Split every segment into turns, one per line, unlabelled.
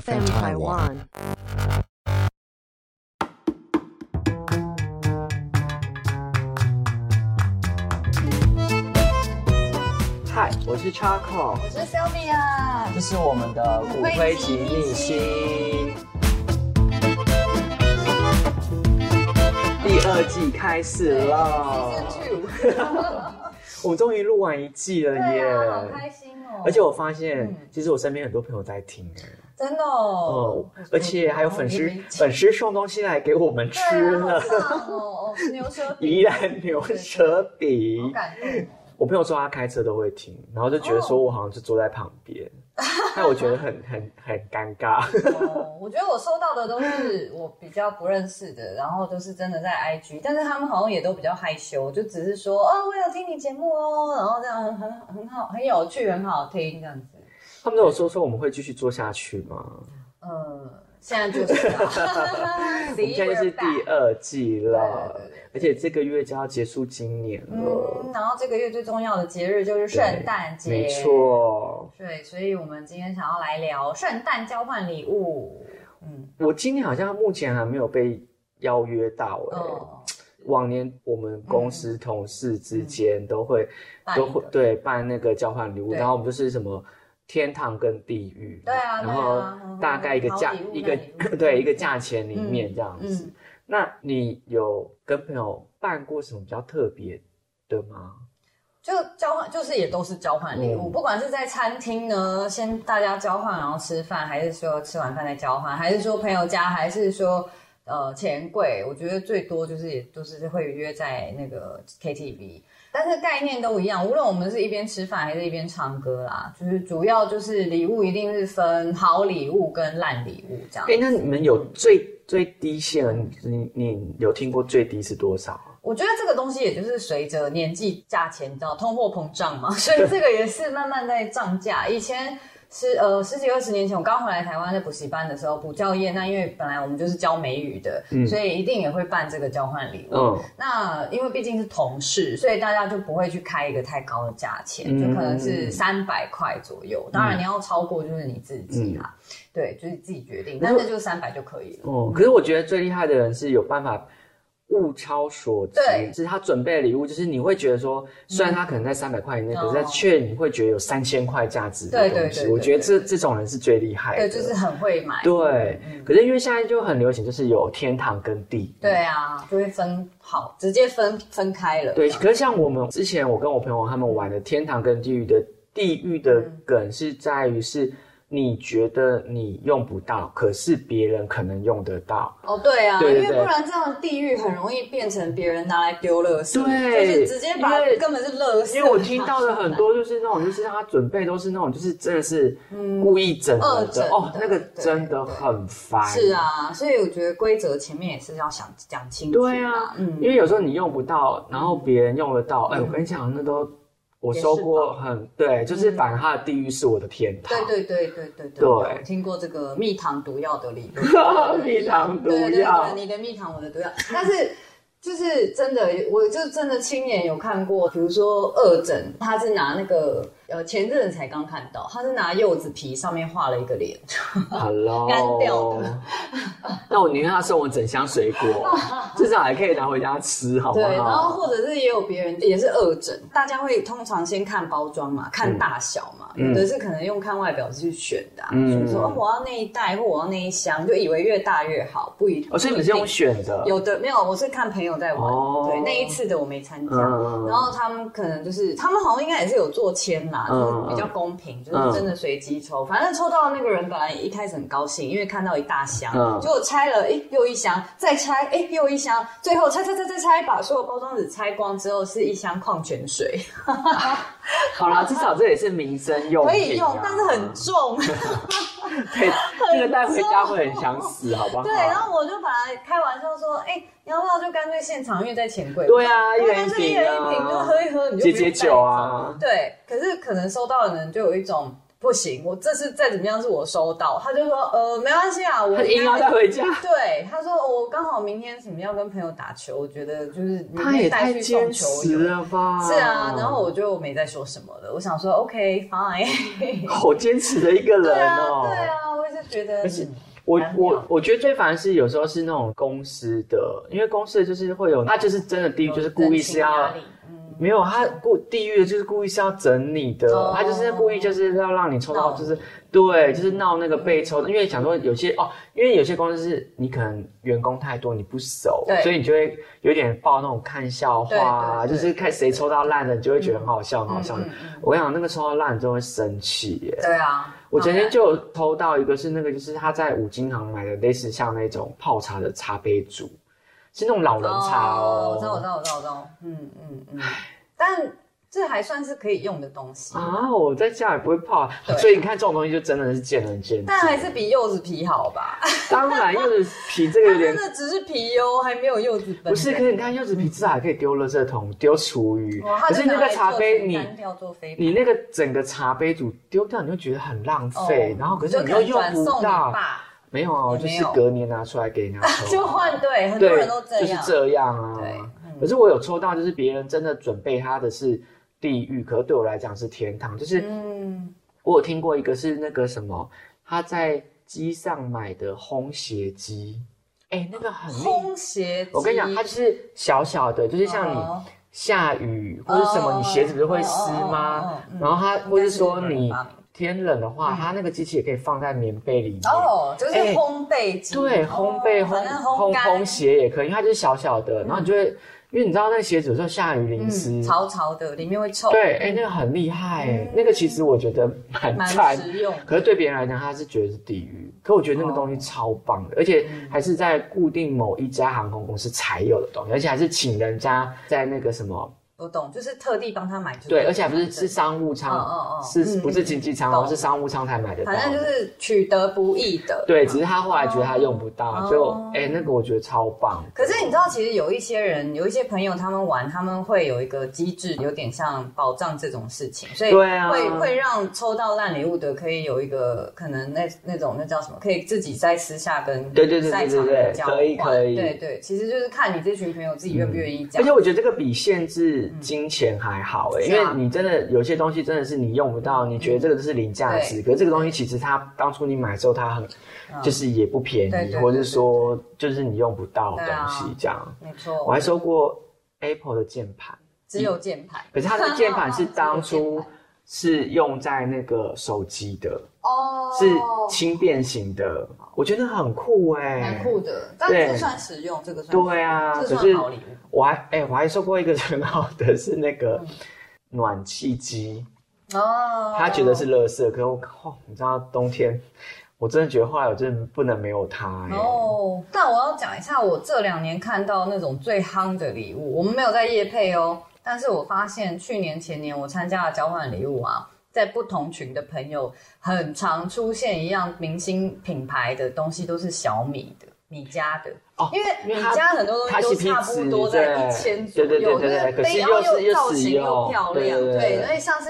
FM Taiwan.
嗨，我是 Charco，
我是 Sylvia，
这是我们的骨灰级逆心第二季开始了，
Season Two，
我们终于录完一季了
对
耶！
啊，好开心哦！
而且我发现
嗯，
其实我身边很多朋友在听哎，
真的哦
哦，，而且还有粉丝
我也没吃
粉丝送东西来给我们
对
吃
啊
了，
好棒哦，哦，牛 舌
宜
饼，
兰牛舌饼
好。感动哦。
我朋友说他开车都会听，然后就觉得说我好像就坐在旁边，但我觉得很很很尴尬。
哦我觉得我收到的都是我比较不认识的，然后都是真的在 IG，但是他们好像也都比较害羞，就只是说哦，我有听你节目哦，然后这样很很很好，很有趣，很好听这样子。
他们都有说说我们会继续做下去吗？
呃，现在就 是啊，我
我们现在就是第二季了
对对对，
而且这个月就要结束今年了，
嗯，然后这个月最重要的节日就是圣诞节，
没。错。
对，所以我们今天想要来聊圣诞交换礼物。嗯，
我今年好像目前还没有被邀约到哎、
哦，
往年我们公司同事之间都会、
办一
都
个
会对办那个交换礼物，
对
然后我们就是什么天堂跟地狱，
对啊
然
对
后
啊嗯
大概一个
好
价
礼物
一个
烂礼物
对一个价钱里面这样子。
嗯，
那你有跟朋友办过什么比较特别的吗？
就交换，就是也都是交换礼物，
嗯
不管是在餐厅呢，先大家交换，然后吃饭，还是说吃完饭再交换，还是说朋友家，还是说呃钱柜，我觉得最多就是也都是会约在那个 KTV，但是概念都一样，无论我们是一边吃饭还是一边唱歌啦，就是主要就是礼物一定是分好礼物跟烂礼物这样
哎、。那你们有最最低限的，你你你有听过最低是多少？啊
我觉得这个东西也就是随着年纪、价钱，你知道通货膨胀嘛， 所以这个也是慢慢在涨价。以前十呃十几二十年前，我刚回来台湾在补习班的时候，补教业，那因为本来我们就是教美语的，所以一定也会办这个交换礼物。
嗯，
那因为毕竟是同事，所以大家就不会去开一个太高的价钱，
嗯
就可能是三百块左右。当然你要超过就是你自己啦，
嗯
对，就是自己决定，但是就三百就可以了。
哦，可是我觉得最厉害的人是有办法物超所值
对，
就是他准备的礼物，就是你会觉得说，虽然他可能在三百块以内，
哦
可是他却你会觉得有三千块价值的
对
东
对
西。
对对
我觉得这
对
这种人是最厉害的。
对，就是很会买。
对
嗯
可是因为现在就很流行，就是有天堂跟地狱。
对啊，就会分好，直接分分开了。
对，可是像我们之前，我跟我朋友他们玩的天堂跟地狱的地狱的
嗯
梗是在于是。你觉得你用不到，可是别人可能用得到，
哦，对啊，
对对对
因为不然这样地狱很容易变成别人拿来丢垃圾，
对
就是直接把
因为
根本是垃圾。
因为我听到的很多就是那种，就是他准备都是那种，就是真的是故意整
嗯恶
人
整
的
的
哦，那个真的很烦。
是，啊，所以我觉得规则前面也是要想讲清楚啦。
对啊，
嗯，
因为有时候你用不到，然后别人用得到，哎，我跟你讲，那都我收过很对，就是反而他的地狱是我的天堂
嗯对。 对对对对对，
对
我听过这个蜜糖毒药的理论。
蜜糖毒
对对对
药
对，，你的蜜糖，我的 毒药。但是就是真的，我就真的亲眼有看过，比如说恶整，他是拿那个呃前阵子才刚看到，他是拿柚子皮上面画了一个脸， 干掉
Hello
的。
那我宁愿他送我整箱水 果，至少还可以拿回家吃，好不
对，然
好？
后或者是也有别人也是恶整，大家会通常先看包装嘛，看大小嘛，有的是可能用看外表去选的、啊，
嗯
所以说哦我要那一袋或我要那一箱，就以为越大越好，不一
哦，所以你
不一
是
定
用选的，
有的没有，我是看朋友在玩，
哦
对那一次的我没参加，
嗯
然后他们可能就是他们好像应该也是有做签啦，
嗯
就是比较公平，就是真的随机抽，反正抽到的那个人本来一开始很高兴，因为看到一大箱，
嗯
结果拆了，哎又一箱，再拆，哎又一箱，最后拆拆拆拆拆，把所有包装纸拆光之后是一箱矿泉水，
好啦，至少这也是民生用品啊，
可以用，但是很重。
对，那个带回家会很想死，好不好？
对，然后我就本来开玩笑说，哎、你要不要就干脆现场，因为在钱柜嘛。
对啊，一
因为
人
干
一
脆一
瓶
人一瓶就
啊，
喝一喝，你就不
解
用
解酒啊
带走。对，可是可能收到的人就有一种不行，我这次再怎么样是我收到，他就说呃没关系啊，我
他 硬要带回家，
对，他说哦我刚好明天什么要跟朋友打球，我觉得就是明
他也
天
太
带去送
坚
球
持
友。
了吧？
是啊，然后我就没再说什么了。我想说，OK，fine。
好坚持的一个
对
人
啊，
哦。
对啊，我也是觉得
可是
嗯
我
蛮妙
我我觉得最烦的是有时候是那种公司的，因为公司的就是会有，他就是真的地狱，就是故意是
有
要
人情压力嗯
没有他故地狱的就是故意是要整你的，
哦
他就是故意就是要让你抽到
闹
就是对，就是闹那个被抽的，因为想说有些哦，因为有些公司是你可能员工太多你不熟
对，
所以你就会有点报那种看笑话啊，
对对
就
对
是看谁抽到烂的，你就会觉得很好笑，很好笑。
嗯嗯
我跟你讲，那个抽到烂，你真的会生气耶。
对啊，
我曾经就有抽到一个是那个，就是他在五金行买的，类似像那种泡茶的茶杯组，是那种老人茶
哦我知道，我
哦。
知道，我知道，我知道。嗯嗯嗯。但这还算是可以用的东西，
啊，我在家也不会泡
对，
所以你看这种东西就真的是见仁见智。
但还是比柚子皮好吧？
当然柚子皮这个
它
有点
真的只是皮哦，还没有柚子本。
不是，可是你看柚子皮至少还可以丢垃圾桶、丢厨余，
哇，它
可是那个茶杯你
单调做飞
你那个整个茶杯组丢掉，你就觉得很浪费，
哦
然后可是你又用不到。没有啊，我
也
就
没
是
有
隔年拿出来给 人家抽。啊
就换对，很多
对
人都，这
就是
样。
这样啊。
对
可是我有抽到，就是别人真的准备他的是地狱，可是对我来讲是天堂。就是
嗯，
我有听过一个是那个什么，他在机上买的烘鞋机，哎、那个很厉害。
烘鞋机，
我跟你讲，它就是小小的，就是像你
哦
下雨或者什么，
哦
你鞋子不是会湿
哦哦哦
吗
哦嗯？
然后它，或是说
应该是日本人
你
吧
天冷的话，它那个机器也可以放在棉被里面。
哦，就是
哎
烘焙机，
对，烘焙、
哦
烘
反正烘
烘
干
烘鞋也可以，因为它就是小小的，然后你就会，因为你知道那个鞋子有时候下雨淋湿，
嗯，潮潮的，里面会臭，
对，哎、那个很厉害、哎
嗯
那个其实我觉得蛮
蛮
赞。
实用的。
可是对别人来讲，他是觉得是地狱。可我觉得那个东
哦
西超棒的，而且
嗯
还是在固定某一家航空公司才有的东西，而且还是请人家在那个什么，
我懂，就是特地帮他买，就是
对，而且还不是是商务
嗯嗯
舱，
嗯
是
嗯
不是经济舱，
懂
然后是商务舱才买得到
反
的。
正就是取得不易的。
对，只是他后来觉得他用不到，
哦
就哎、那个我觉得超棒。
可是你知道，其实有一些人，有一些朋友，他们玩，他们会有一个机制，有点像保障这种事情，所以
对啊
会会让抽到烂礼物的可以有一个可能那那种那叫什么，可以自己在私下跟
对对对对
赛场
对对对
交
可以
换
可以
对对，其实就是看你这群朋友自己愿不愿意讲
而且。我觉得这个比限制金钱还好哎、
是
因为
啊
你真的有些东西真的是你用不到，你觉得这个就是零价值，
嗯对嗯
可是这个东西其实它当初你买的时候它很，就是也不便
对对
宜，
对
或者是说就是你用不到的
对啊
东西这样。
没
我
错，
还收过 Apple 的键盘，
只有键盘。
可是它的键盘是
只 有键
当初
盘
是用在那个手机的，
哦，
是轻便型的，我觉得很酷哎、
蛮酷的，但
对
这算实用，这个算
对啊
这
可
算
是
好礼物。
我还哎、我还收过一个很好的是那个
嗯
暖气机。
哦，
他觉得是垃圾，可是我靠、你知道冬天，我真的觉得后来我真的不能没有它、欸。
哦。但我要讲一下，我这两年看到那种最夯的礼物，我们没有在夜配哦。但是我发现去年前年我参加的交换礼物啊，在不同群的朋友很常出现一样明星品牌的东西，都是小米的。米家的，
哦
因为
因为
米
它
家很多东
它
西都
CP
差不多在一
值
千左
对
右，
对对对对
不
可是
然后
又是又
造型
实
又
用
漂
对
亮，
对对
所以像是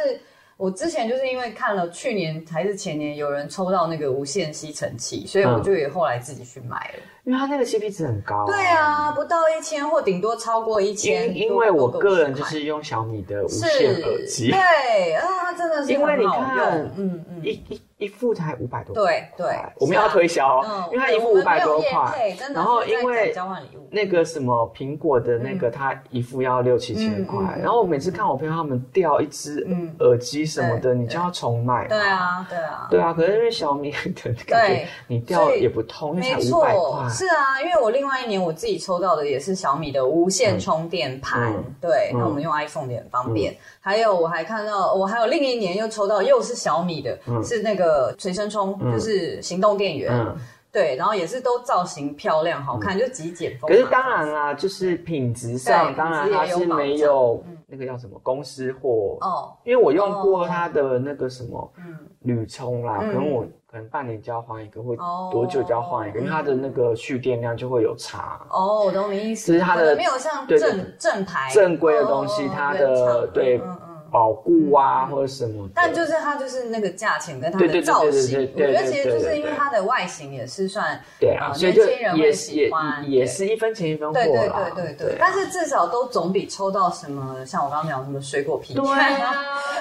我之前就是因为看了去年还是前年有人抽到那个无线吸尘器，所以
嗯
我就也后来自己去买了。
因为它那个 CP 值很高、
对。啊，不到一千或顶多超过一千，
哦因因
多
为我
多
个人
50
就
块
是用小米的无线耳
是，
机，
对，啊，它真的是
因为
很
你
好
看
用嗯嗯，
一一一副才五百多块。
对对，
我们要
是啊
推销、哦
嗯，
因为它一副五百多块，然
然
后
后
因
因
为
为交换礼物，
那个什么苹果的那个，它一副要六七千块
嗯嗯嗯，嗯
然后我每次看我朋友他们掉一只
嗯
耳机什么的，
对
你就要重买嘛。
对啊，对啊，
对啊，可是因为小米的感觉
对，
你掉
所以
也不痛，因为
没
才五百块
错，。是啊，因为我另外一年我自己抽到的也是小米的无线充电盘，
嗯
对，
嗯
那我们用 iPhone 也很方便。还有我还看到，我还有另一年又抽到又是小米的，是那个随身充，就是行动电源，
嗯，
对，然后也是都造型漂亮好看，就极简风。
可是当然，啊啦，就是品质上，
嗯对
当然
品质
它
也有
是
保
没
障嗯
有那个叫什么公司货，
哦，
因为我用过它的那个什么
嗯，
铝充啦，可
嗯
能我可能半年就要换一个，或
哦
多久就要换一个，因为它的那个蓄电量就会有差。
哦，我懂你意思，
只是它的
可能没有像
对对对
正正牌
正规的东西
哦
它
原厂
的对
嗯嗯。
保固啊或者什么的，
但就是它就是那个价钱跟它
对对
的
对
造型
对，对对对
我觉得其实就
对对
是
对
因为它的外形也是算
对啊，
呃
所以就
年轻人会
也是
喜
也
欢
也
对
是一分钱一分货
对对
啦
对，对对，但是至少都总比抽到什么像我刚刚讲什么水果皮
对啊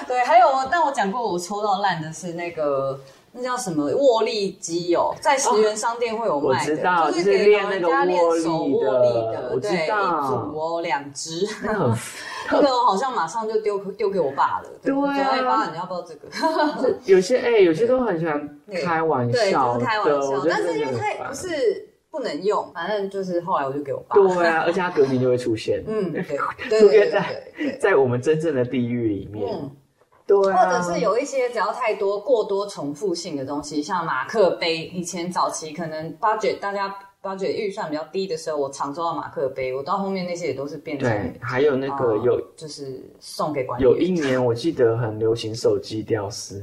对，还有我，但我讲过我抽到烂的是那个那叫什么握力机哦，在十元商店会有
哦我
卖的，
知道
就
就是是
给
练
老
那
人
个
家练
握
手
力
握
的
力的，
我知
对，一
道
组哦，两只，
那很
这个好像马上就丢丢给我爸了，
对啊
哎，爸，你要不要这个？
有些哎、有些都很喜欢
对
开玩
对，就
笑
是
的，
开玩
我
笑，
觉得
但是
真的
因为
很
他也
烦
不是不能用，反正就是后来我就给我爸，
对啊，而且他隔年就会出现，
嗯，对对对
出现
对对
在
对。
在我们真正的地狱里面，
嗯
对、
或
啊，
者是有一些只要太多过多重复性的东西，像马克杯，以前早期可能 budget 大家 budget 预算比较低的时候，我常收到马克杯，我到后面那些也都是变成
对，还有那个
哦
有、
就是送给管理
有
员
一年我记得很流行手机吊丝，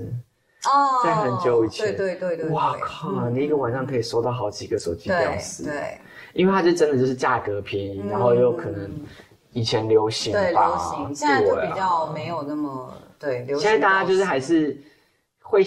哦，
在很久以前
对对对对对，
哇靠，
嗯
你一个晚上可以收到好几个手机吊
对
丝，
对，
因为它就真的就是价格便宜，然后又可能
嗯
以前流行吧，
对流行，现在就
对啊
比较没有那么对流行，
现在大家就是还是会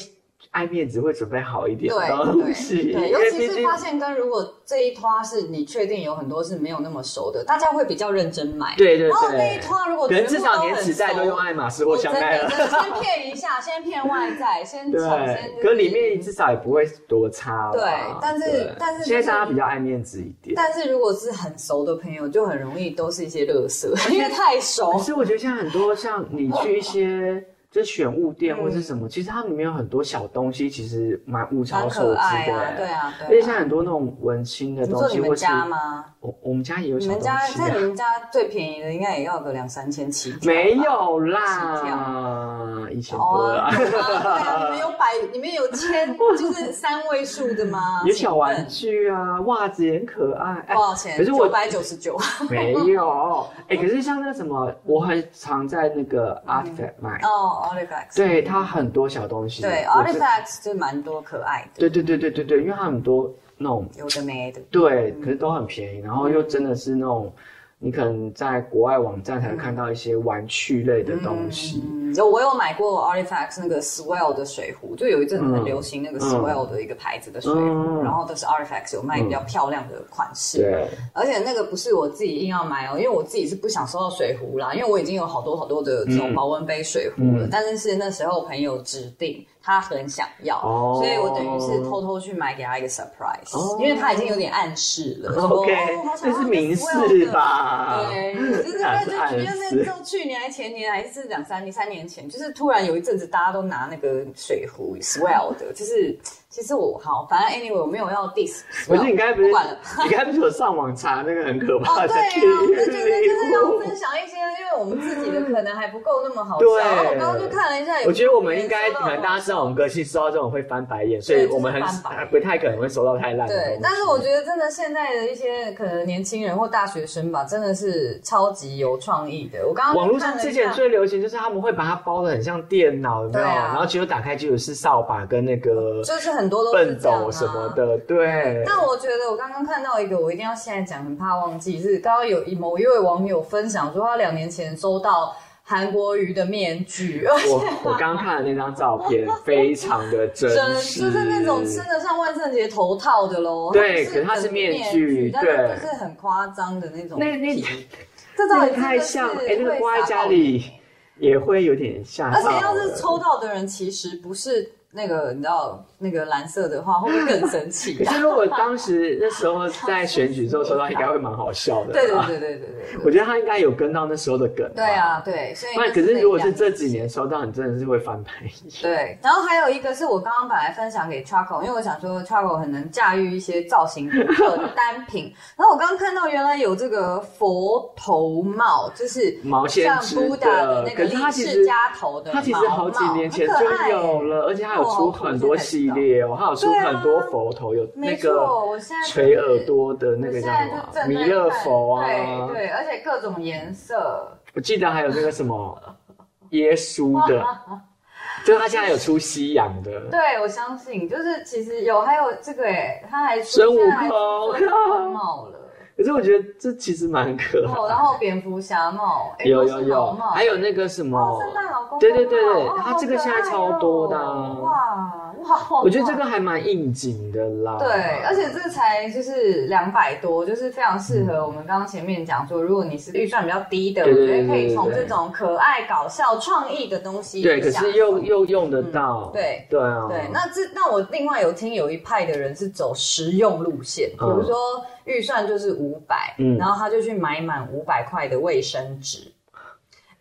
爱面子，会准备好一点的东西，
对对，
因
尤
为
其
毕
是
竟
发现跟如果这一拖是你确定有很多是没有那么熟的，大家会比较认真买。
对对
然后
对，
哦那一拖如果
可
全
能
部
至
都
少
很
连纸袋
熟
都用爱马仕或
我
香
真
奈
的
儿，
真的先骗一下，先骗外在，先从先
对，可里面至少也不会多差吧，
嗯对但是
对
但是
现
就是
在大家比较爱面子一点。
但是如果是很熟的朋友，就很容易都是一些乐色，因为太熟
可。是我觉得现在很多像你
哦
去一些就是选物店或
嗯
是什么，其实它里面有很多小东西，其实蛮物超
蛮
所
可
值
爱
的、
啊，对啊，
而
对
且
啊。
现在很多那种文青的
你
东
说你
西，
们
或是
家吗？
我我们家也有
你
小
们
东
家
西、
在你
啊。
们家最便宜的应该也要个两三千起跳吧，
没有
起
啦，一千多
哦
了
啊，
啊，
对啊，你们有百，你们有千，就是三位数 的吗？
有小
请
玩
问
具啊，袜子也很可爱。哎
多少钱？
可是我
九百九十九。
没有，哎，可是像那什么，我很常在那个 Artifact 买，
哦，Artifacts，
对它很多小东西。
对
我知
，Artifacts 就蛮多可爱的，
对对对对对对，因为它很多那种
有的没的。
对，可是都很便宜，然后又真的是那种你可能在国外网站才看到一些玩具类的东西。
嗯，有我有买过 Artifacts 那个 Swell 的水壶，就有一阵子很流行那个 Swell 的一个牌子的水壶，
嗯
然后都是 Artifacts 有卖比较漂亮的款式。
对，
而且那个不是我自己硬要买哦，因为我自己是不想收到水壶啦，因为我已经有好多好多的这种保温杯水壶了。
嗯
但是是那时候朋友指定，他很想要，
哦
所以我等于是偷偷去买给他一个 surprise，、
哦
因为他已经有点暗示了说
OK，
哦好想
这
要
是
一个
明
Swell
示
的
吧？啊
对，就是那就
暗
觉得
示
那时候去年还前年还是两三年三年前，就是突然有一阵子大家都拿那个水壶 Swell 的，就是其实我好，反正 anyway 我没有要 diss，
不是你刚才不是
不管了。
你刚才不是有上网查那个很 可怕
哦，
的地
对啊，我就觉得就是要
狱
分享一些，因为我们自己的可能还不够那么好
对
笑。然后我刚刚就看了一下，
我觉得我们应该可能大家
家
知道我们个性，收到这种会翻白眼，所以我们很
就是翻白眼
不太可能会收到太烂的东
对
西。，
但是我觉得真的现在的一些可能年轻人或大学生吧，真的是超级有创意的。我刚刚
网络
看
上
了一
之
下
前最流行就是他们会把它包的很像电脑，有没
对
有？
啊
然后结果打开就是扫把跟那个
就是很多都是
笨
这样啊
斗什么。的，对。
但我觉得我刚刚看到一个，我一定要现在讲，很怕忘记，是刚刚有一某一位网友分享说，他两年前收到韩国瑜的面具，
我我刚刚看的那张照片非常的真
真
实，
就是那种 真的像万圣节头套的喽。
对可是
它
它
不
是面
面
具
但是
对
就是很夸张的那种皮。
那那
这到
那
底
个太像，
哎
哎、、那个挂在家，里也会有点吓到
而
了。
且要是抽到的人其实不是那个，你知道那个蓝色的话，会不会更生气
可
啊？
是如果当时那时候在选举之后抽到，应该会蛮好笑的。啊
对对，对对对对对。
我觉得他应该有跟到那时候的梗。
对。啊，对，所以
那
就
可是如果
这
是
样
这几年收到，你真的是会翻白眼。
对，然后还有一个是我刚刚本来分享给 Charco，因为我想说 Charco 很能驾驭一些造型独 特的单品。然后我刚刚看到原来有这个佛头帽，就是
毛线
像
织
Buddha 的那个
可是它
力
其
士
实
加头的
它
毛帽，
其实好几年前就有
了。
了，而且它有
哦
出很多系列哦，它有出很多佛头，有那
啊没
个
错，我现在
垂耳，朵的那
我
个
现
叫
在
什么
就正
啊
在看
弥勒佛啊，
对对，而且各种颜色，
我记得还有那个什么耶稣的，就它现在有出西洋的，
对我相信就是其实有还有这个哎，他还出
孙悟
现在还出
空
孙悟空帽了。
可是我觉得这其实蛮可
哦，然
爱。
后蝙蝠侠帽，哎
有
都
有
是毛
有，
帽哦
还有那个什么
哦，圣诞老公公帽，
对对对对
哦
它这个现在超多的啊
好可爱哦哇好。
我觉得这个还蛮应景的啦。
对，而且这才就是两百多，就是非常适合我们刚刚前面讲说，如果你是预算比较低的，我
对对
觉得可
对
以
对
从
对
这种可爱、搞笑、创意的东西
对，可
下
是又又用得到。
嗯对
对啊，
对，那这那我另外有听有一派的人是走实用路线，比如说预算就是五百、
嗯
然后他就去买满五百块的卫生纸。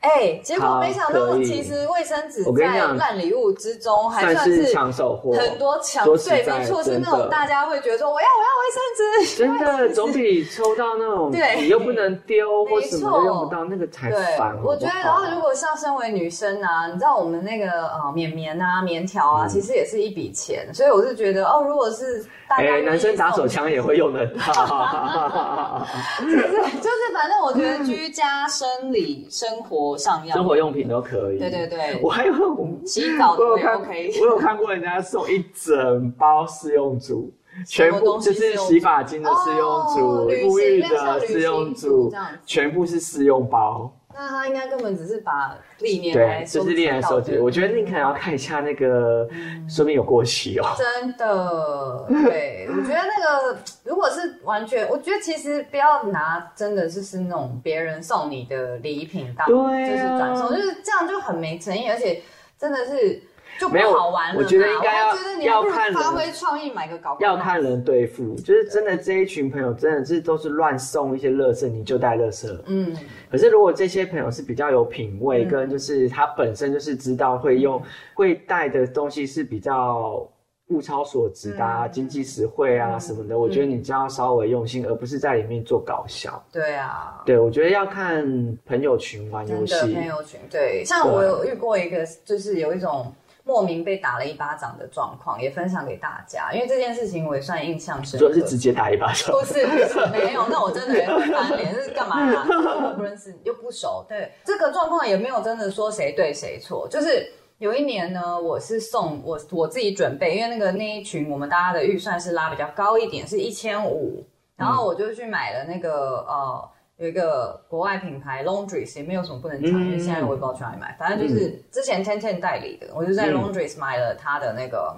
哎，结果
好
没想
可
到，
以
其实卫生纸
我跟你
在
讲
烂礼物之中还
算
算
是
是
抢手货，
很多强
说实
对，
在
没错，是
真
那种
的
大家会觉得说我要我要卫生纸，
真的总比抽到那种
对
你又不能丢
没
或什么
错
都用不到那个才
对
烦。，
我觉得，然
好不好
后如果像身为女生啊，你知道我们那个呃棉棉啊、棉条
嗯
啊，其实也是一笔钱，所以我是觉得哦，如果是大
哎，
家愿意
男生打手
送
枪也会用得 到，
对，就是反正我觉得居家、生理、生活上要
嗯生活用品都可以。
对对对
我还有我们
洗澡
我有
都也
看，
OK。
我有看过人家送一整包试用组，全部
东西
就
试
是
用组
洗发精的试用
哦
组、
旅行
沐浴
那像
的
旅
试用
行组
组
这样子，
全部是试用包。
那他应该根本只是把历年来
对，
收
就
集
是令人
到
收
的
集。我觉得你可能要看一下那个，
嗯
说不定有过期 哦。
真的，对，我觉得那个如果是完全，我觉得其实不要拿真的就是那种别人送你的礼品当，
对啊
就是转送，就是这样就很没诚意，而且真的是就不
没有
好玩了嘛。
我觉得应该要
我觉得你还不如
要看人
发挥创意买个搞
要看人对付，就是真的这一群朋友真的是都是乱送一些垃圾，你就带垃圾。
嗯，
可是如果这些朋友是比较有品味，跟就是他本身就是知道会用、会带的东西是比较物超所值的、
嗯
啊、经济实惠啊什么的，我觉得你就要稍微用心，而不是在里面做搞笑。
对啊。
对，我觉得要看朋友群玩游
真
戏
的，朋友群，对，像我有遇过一个，就是有一种莫名被打了一巴掌的状况，也分享给大家，因为这件事情我也算印象深刻。
主要是直接打一巴 掌。
不是不是，没有，那我真的也会翻脸，这是干嘛啦？我不认识你，又不熟。对，这个状况也没有真的说谁对谁错，就是。有一年呢，我是送我我自己准备，因为那个那一群我们大家的预算是拉比较高一点，是一千五，然后我就去买了那个呃有一个国外品牌 Laundries，也没有什么不能讲，因为现在我也不知道去哪里买，反正就是之前 Ten Ten 代理的，我就在
嗯
Laundries 买了它的那个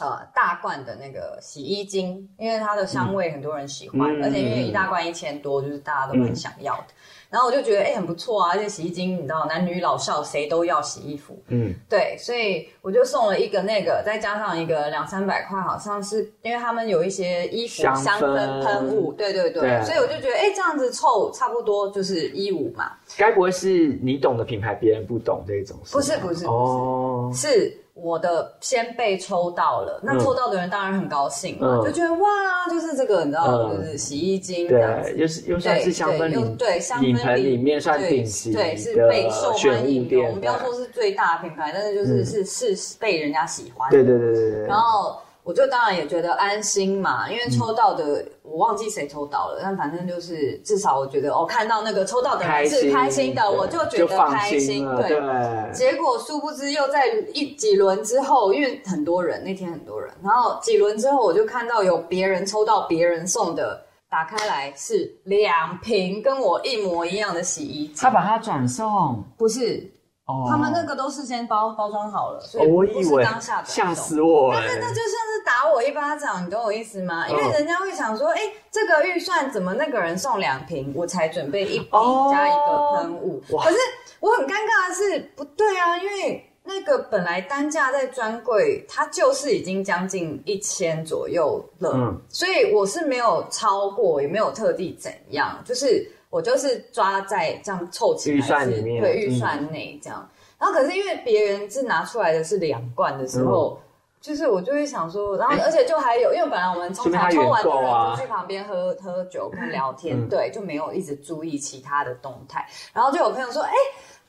呃大罐的那个洗衣精，因为它的香味很多人喜欢，
嗯
而且因为一大罐一千多，就是大家都很想要的。然后我就觉得哎、诶很不错啊，而且洗衣精你知道男女老少谁都要洗衣服，
嗯，
对，所以我就送了一个那个，再加上一个两三百块，好像是因为他们有一些衣服
香
香
氛
氛喷雾，对对对，
对
所以我就觉得哎、诶这样子凑差不多就是一五嘛，
该不会是你懂的品牌，别人不懂这种？
不是不是不是
哦，
是我的先被抽到了，那
嗯
抽到的人当然很高兴嘛，
嗯
就觉得哇，就是这个你知道，
嗯
就是洗衣精这样子。
对，又是又
对
算是香氛
对又
里
对香
影
氛
盆里面算顶级
对，是
的
备受
选
欢
物
迎的。我
店嗯
们不要说是最大的品牌，但是就是、是是被人家喜欢的。
对对对对对。
然后我就当然也觉得安心嘛，因为抽到的、我忘记谁抽到了，但反正就是至少我觉得哦，看到那个抽到的人是开心的，
对
我就觉
就
得
放
开
心了，
对。
对，
结果殊不知又在一几轮之后，因为很多人那天很多人，然后几轮之后我就看到有别人抽到别人送的，打开来是两瓶跟我一模一样的洗衣机，
他把它转送，
不是，
哦，
他们那个都是先包包装好了，所
哦，
以
我
不
以
是
为
当下转
吓
送
死我了，
但是那就像是打我一巴掌，你懂我意思吗？因为
嗯
人家会想说，哎、这个预算怎么那个人送两瓶，我才准备一瓶
哦
加一个喷雾。
哇
可是我很尴尬的是，不对啊，因为那个本来单价在专柜，它就是已经将近一千左右了，
嗯
所以我是没有超过，也没有特地怎样，就是我就是抓在这样凑起来
预算
是
里面
对
嗯
预算内这样。然后可是因为别人是拿出来的是两罐的
嗯
时候。就是我就会想说，然后而且就还有，因为本来我们通常抽完之
哎顺便他原购
后
啊
就去旁边喝喝酒跟聊天，
嗯
对，就没有一直注意其他的动态。然后就有朋友说，哎、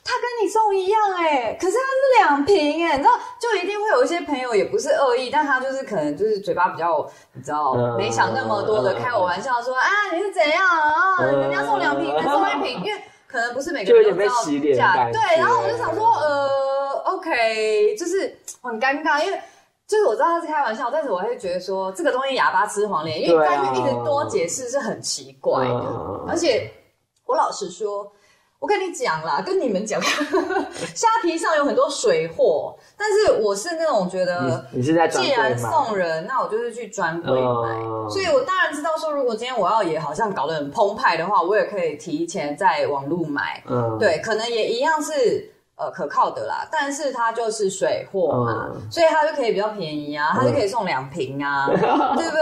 他跟你送一样哎、可是他是两瓶哎、你知道，就一定会有一些朋友也不是恶意，但他就是可能就是嘴巴比较，你知道，
嗯
没想那么多的，
嗯
开我玩笑说啊你是怎样啊，
嗯
人家送两瓶，你送一瓶，因为可能不是每个
就有
人都
点
知
被
道
洗脸的
价，
感觉
对，然后我就想说呃，OK，就是很尴尬，因为。就是我知道他是开玩笑，但是我会觉得说这个东西哑巴吃黄连，因为
对
再
啊
去一直多解释是很奇怪的，
嗯
而且我老实说，我跟你讲啦，跟你们讲， 虾皮上有很多水货，但是我是那种觉得，
嗯你你是在专
既
柜
然
买
送人，那我就是去专柜买。
嗯
所以我当然知道说，如果今天我要也好像搞得很澎湃的话，我也可以提前在网络买。
嗯，
对，可能也一样是呃可靠的啦，但是它就是水货嘛，
嗯
所以它就可以比较便宜啊，它就可以送两 瓶啊，对不对？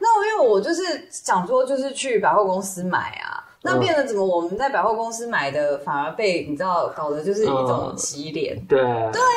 那我因为我就是想说，就是去百货公司买啊。那
嗯
变得怎么？我们在百货公司买的，反而被你知道搞的就是一种洗脸，
对
那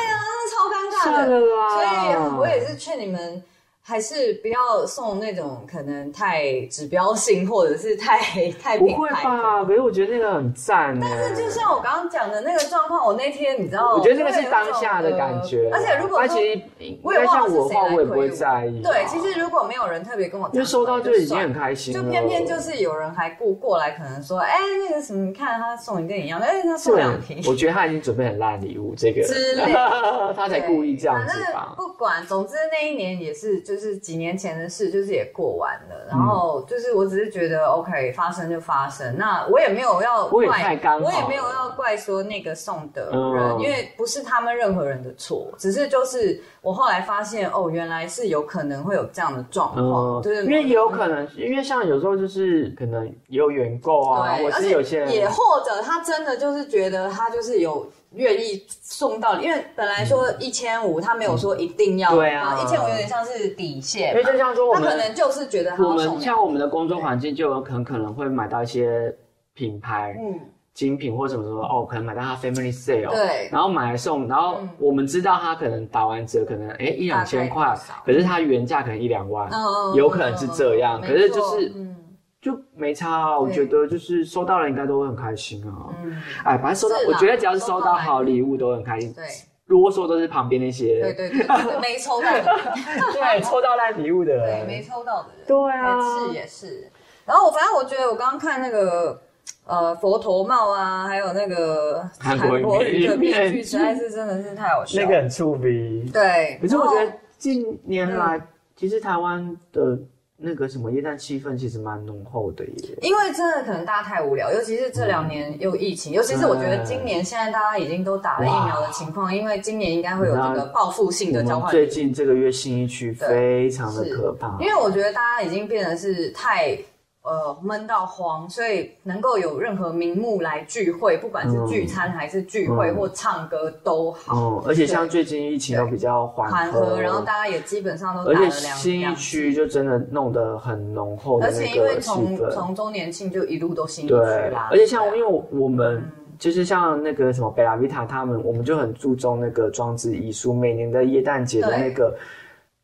超尴尬
算
的。
了啦。
啊所以我也是劝你们，还是不要送那种可能太指标性或者是太太
不
品
会
牌的
吧？可是我觉得那个很赞但
但是就像我刚刚讲的那个状况，我那天你知道，
我觉得这个是当下的感觉，
呃而且如果
那
说
其实应
我也
该
忘了
像
是
我的话，
谁来
我也不
推
会
我
在意啊。
对，其实如果没有人特别跟我讲出
因
来，
为收到就已经很
算
开心了，
就偏偏就是有人还顾过来，可能说，哎，那个什么，你看他送你跟你一样，哎，他送
对
两瓶，
我觉得他已经准备很烂礼物，这个
之类
他才故意这样子
对反正
吧？
不管，总之那一年也是，就是几年前的事，就是也过完了。
嗯
然后就是，我只是觉得 OK，发生就发生。那我也没有要
我也
怪
太刚好
我也没有要怪说那个送的人，
嗯
因为不是他们任何人的错，只是就是我后来发现，哦，原来是有可能会有这样的状况，
嗯
就是，
因为也有可能，因为像有时候就是可能也有原购啊，
对，
或
而
是
且
有些人
也或者他真的就是觉得他就是有愿意送到，因为本来说一千五，他没有说一定要，
嗯对啊
一千五有点像是底线
因为
嘛，
就像说我
他
们
可能就是觉得他
我
要
们
送
像我们的工作环境就有很可能会买到一些品牌
嗯，
精品或什么什么哦，可能买到他 family sale，
对
然后买来送，然后
嗯
我们知道他可能打完折可能哎一两千
大概
块
多少，
可是他原价可能一两万，
嗯，
有可能是这样，
没
可是就
错
是
嗯
就没差啊。我觉得就是收到了应该都会很开心啊。
嗯，
哎，反正收到
是，啦
我觉得只要是
收
收
到
到
来
好礼物都很开心。
对
啰嗦都是旁边那
对
些
对对对，没抽到的，
对抽到烂礼物的
对
人，
没抽到的人。
对啊，
也是也是。然后我反正我觉得我刚刚看那个呃佛头帽啊，还有那个
韩国
语
语
的
面
面具，
具
实在是真的是啊太好笑。
那个很触鼻。
对，
可是我
然后
觉得近年来，
嗯
其实台湾的那个什么夜战气氛其实蛮浓厚的耶。
因为真的可能大家太无聊，尤其是这两年又疫情，尤其是我觉得今年现在大家已经都打了疫苗的情况，因为今年应该会有这
你知
个
道
报复性
我
的交
们
换。
最近这个月新一区
对
非常的
是
可怕
因，为我觉得大家已经变得是太呃闷到慌，所以能够有任何名目来聚会，不管是聚餐还是聚会
嗯
或唱歌都好，
哦，而且像最近疫情又比较
缓
缓
和，
和，
然后大家也基本上都
而
打
且
了两
新一
两
区就真的弄得很浓厚的
而且
那
因为
个气
从
氛，
从周年庆就一路都新一区
对，
啦，
而且像因
对啊
为我们。就是像那个什么贝拉维塔他们，我们就很注重那个装置艺术，每年的耶诞节的那个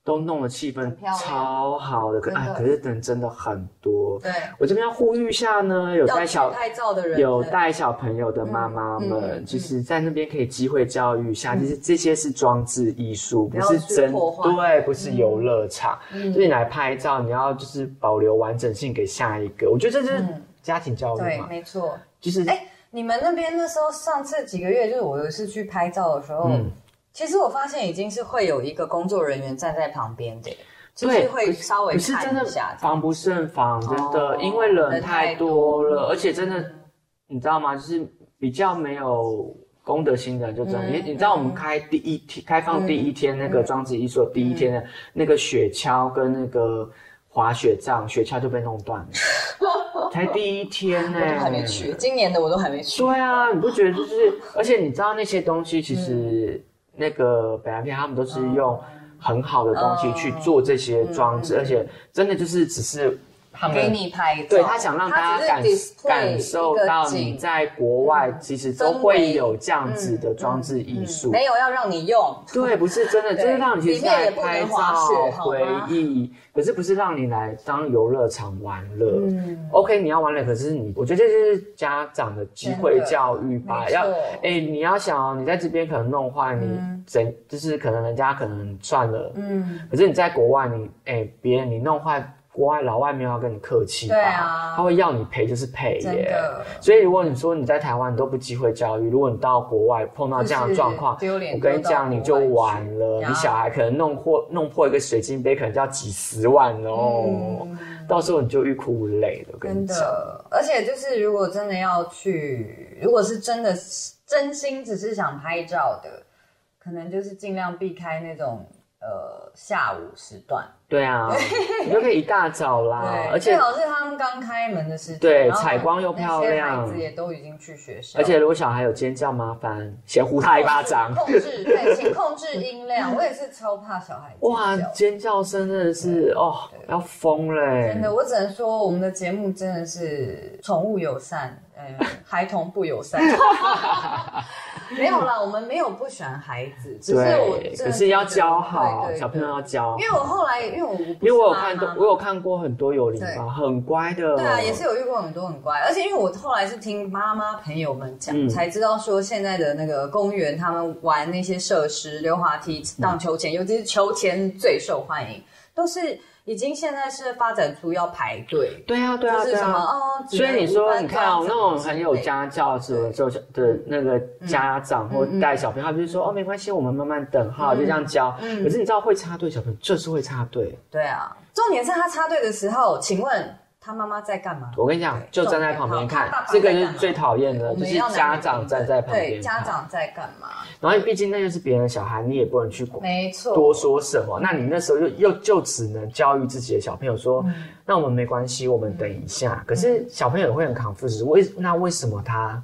都弄的气氛
很漂亮
超好的，可
真的
哎，可是人真的很多。
对
我这边要呼吁一下呢，有带
要
小
去拍照的人
有
对
带小朋友的妈妈
嗯嗯
们，
嗯
就是在那边可以机会教育一下，就是这些是装置艺术，
不
不
要
是
去
真
破坏
对，不是游乐场。
嗯
所以你来拍照，你要就是保留完整性给下一个。我觉得这就是
嗯
家庭教育
对，
嘛，
没错。
就是
哎，你们那边那时候上次几个月，就是我有一次去拍照的时候，
嗯
其实我发现已经是会有一个工作人员站在旁边的，就是
对，
会
可是
哦稍微
可是真
看
的
一下。
防不胜防，真
哦
的，因为人太多
人太多
了，而且真的，你知道吗？就是比较没有公德心的人就这样。
嗯
你你知道我们开第一天开放第一天那个装置艺术第一
嗯
天的那个雪橇跟那个滑雪杖，雪橇就被弄断了， 才第一天呢，
我都还没去，今年的我都还没去。
对啊，你不觉得就是？而且你知道那些东西，其实那个北洋片他们都是用很好的东西去做这些装
嗯
置，而且真的就是只是他们
给你拍照，
对他想让大家感
它只是 display
感受到你在国外其实都会有这样子的装置
一个景
艺
嗯
术。
没有要让你用，
对，不是真的，
对
就是让你去在
里面也
拍
不能滑雪
照
好
回
吗
忆，可是不是让你来当游乐场玩乐。
嗯，
OK，你要玩了，可是你，我觉得这就是家长的机会教育吧。
真的
要
没错，
哎、你要想哦，你在这边可能弄坏，你整、就是可能人家可能算了，
嗯，
可是你在国外你，哎别人你弄坏，国外老外没有要跟你客气吧？
对啊
他会要你赔就是赔
真
耶。
的
所以如果你说你在台湾你都不机会教育，如果你到国外碰到这样的状况
就是丢，脸
我跟你讲你就完
丢到国
了
外，去
你小孩可能弄破弄破一个水晶杯，可能就要几十万哦。到时候你就欲哭无泪了，我跟
嗯真
你讲。
的，而且就是如果真的要去，如果是真的真心只是想拍照的，可能就是尽量避开那种呃下午时段，
对 啊，你就可以一大早啦
对，，
啊而
最
且
好是他们刚开门的时间，
对
然后
采光又漂亮
那些孩子也都已经去学校，
而且如果小孩有尖叫，麻烦先呼他一巴 掌。
控制对，请控制音量，我也是超怕小孩尖叫
哇，尖叫声真的是哦，要疯了欸！
真的，我只能说我们的节目真的是宠物友善，呃， 孩童不友善。没有啦，我们没有不喜欢孩子，只是我
对，
真
可
的
是要
觉得
教好
对对
小朋友要教好，
因为我后来，因为我
因为我有
不是妈啊
看
妈
到，
嘛
我有看过很多有礼貌、很乖的，
对啊，也是有遇过很多很乖，而且因为我后来是听妈妈朋友们讲，
嗯
才知道说现在的那个公园，他们玩那些设施、溜滑梯、
嗯
荡秋千，尤其是秋千最受欢迎，都是已经现在是发展出要排队，
对啊，对啊，
就是
对
什么
啊。
哦，只
所
能
以你说，你看哦
五，班
那种很有家教什么就是的
嗯
那个家长或带小朋友，他就说哦，没关系，我们慢慢等
嗯
哈，就这样教。可是你知道会插队小朋友就是会插队，
对啊，重点是他插队的时候，请问他妈妈在干嘛？
我跟你讲
对，
就站在旁边看
重点好，
这个
爸爸在
就
干
是
嘛
最讨厌的，
我
就
们
是
要
家长站在旁
对
边
家
看。
长在干嘛？
然后毕竟那就是别人的小孩，你也不能去管。
没错，
多说什么？那你那时候就又就只能教育自己的小朋友说，
嗯
那我们没关系，我们等一下。可是小朋友也会很 confused，为那为什么他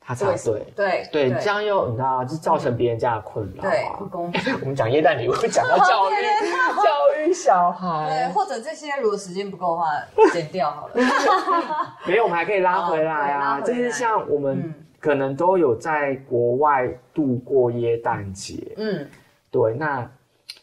他插队？
对
对，这样又你知道，就造成别人家的困扰
对哦不
啊。
公平。
我们讲耶诞礼物，讲到教育教育小
对，
孩，
或者这些如果时间不够的话，剪掉好了。
没有，我们还可以拉回来啊。
哦
就
对拉回来
是像我们
嗯
可能都有在国外度过耶诞节，
嗯，
对，那。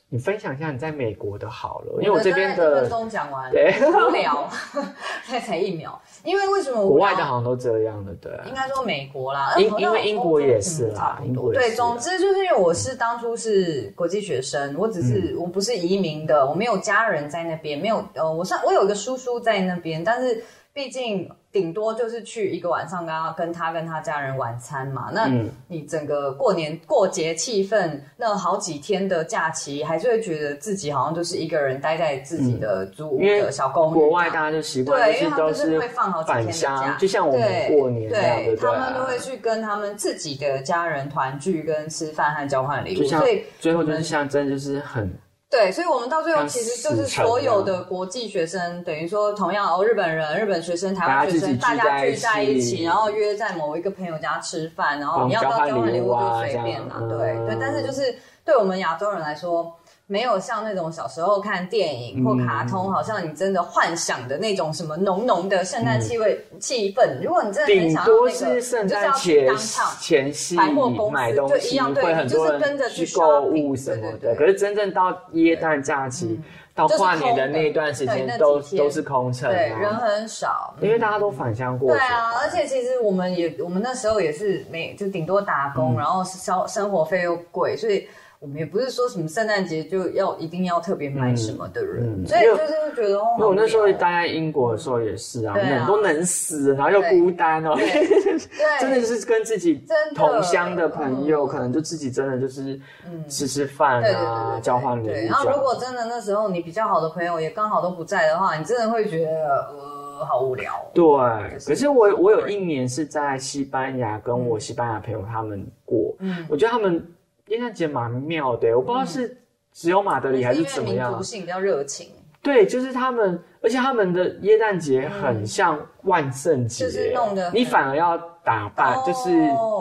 你分享一下你在美国的好了，因为我这边的
一分钟讲 完，
对
无聊， 才才一秒。因为为什么无聊
国外的好像都这样的，对。
应该说美国啦，
英
呃
因为英国也是啦
差不多
英国也是
对，总之就是因为我是当初是国际学生，我只是、
嗯
我不是移民的，我没有家人在那边，没有呃，我上我有一个叔叔在那边，但是毕竟顶多就是去一个晚上跟他跟他跟他家人晚餐嘛，那
嗯
你整个过年过节气氛，那好几天的假期，还是会觉得自己好像就是一个人待在自己的租屋
嗯因为
的小公寓这样，
国外大家就习惯，
对，
就是
因为他
都
们就是会放好几天
返
的假
乡，，就像我们过年这样，
对
对不对？啊
他们都会去跟他们自己的家人团聚、跟吃饭和交换礼
就
物，
像
所以
最后就是像真的就是很
对，所以我们到最后其实就是所有
像死城一
的国际学生，等于说同样哦，日本人、日本学生、台湾学生，
大
大
家
家
聚
聚
在
在
一起
一起，然后约在某一个朋友家吃饭，然后
嗯
你要不要
交
交
换
换
礼
礼
物
物
啊
就随便啦、
这样
对
嗯
对，但是就是对我们亚洲人来说。没有像那种小时候看电
嗯
影或卡通，好像你真的幻想的那种什么浓浓的圣诞气味、气氛。如果你真的很
嗯顶
想要
多
那个，
是圣
你就是
诞
要去
前
当场
前夕
百货公司
买东
就一
西，
样对
会很多
就是跟
人
着
去
去
购
shopping，
物什么的。
对对对嗯
可是真正到耶诞假期到
就是
跨年的
空的
那一段时
对
间
那，几
都
天
都是空城
对人
啊，
很少，
因为大家都返乡过
对
去。
啊，而且其实我们也，我们那时候也是没，就顶多打工，然后消生活费又贵，所以我们也不是说什么圣诞节就要一定要特别买什么的人，
嗯
所以就是会觉得哦，
因为我那时候
好无聊
待在英国的时候也是啊，
对啊
冷都冷死，然后又孤单哦，
对
真的就是跟自己
真的嗯
同乡的朋友，可能就自己真的就是吃吃饭
对对对
啊，
对，
交换礼物
对
这
然后如
样。
果真的那时候你比较好的朋友也刚好都不在的话，你真的会觉得呃好无聊哦。
对，
是
可是我我有一年是在西班牙跟我西班牙朋友他们过，
嗯
我觉得他们耶诞节蛮妙的，欸我不知道是只有马德里还是
因为
怎么
民
样啊
族，性比较热情，
对，就是他们，而且他们的耶诞节很像万圣节，欸
就是弄得很
你反而要打扮，
哦
就是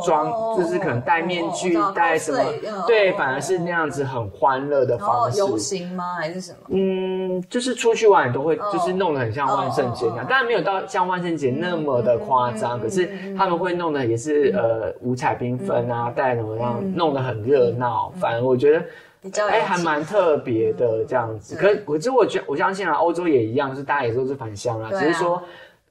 装，
哦
就是可能戴面具
哦我知道，
戴什么
高碎嗯，
对，
哦
反而是那样子很欢乐的
然后
方
游
式。
行吗还是什么？
嗯，就是出去玩都会，
哦
就是弄得很像万圣节那
哦哦
样
哦，
当然没有到像万圣节那么的夸张，
嗯嗯嗯
可是他们会弄得也是呃五彩缤纷啊，带什么
嗯
样，弄得很热闹。反而我觉得
比较有
哎、还
气
蛮特别的这样子。
嗯
可可是我觉我相信啊，欧洲也一样，就是大家也都是返乡啦，
对啊
只是说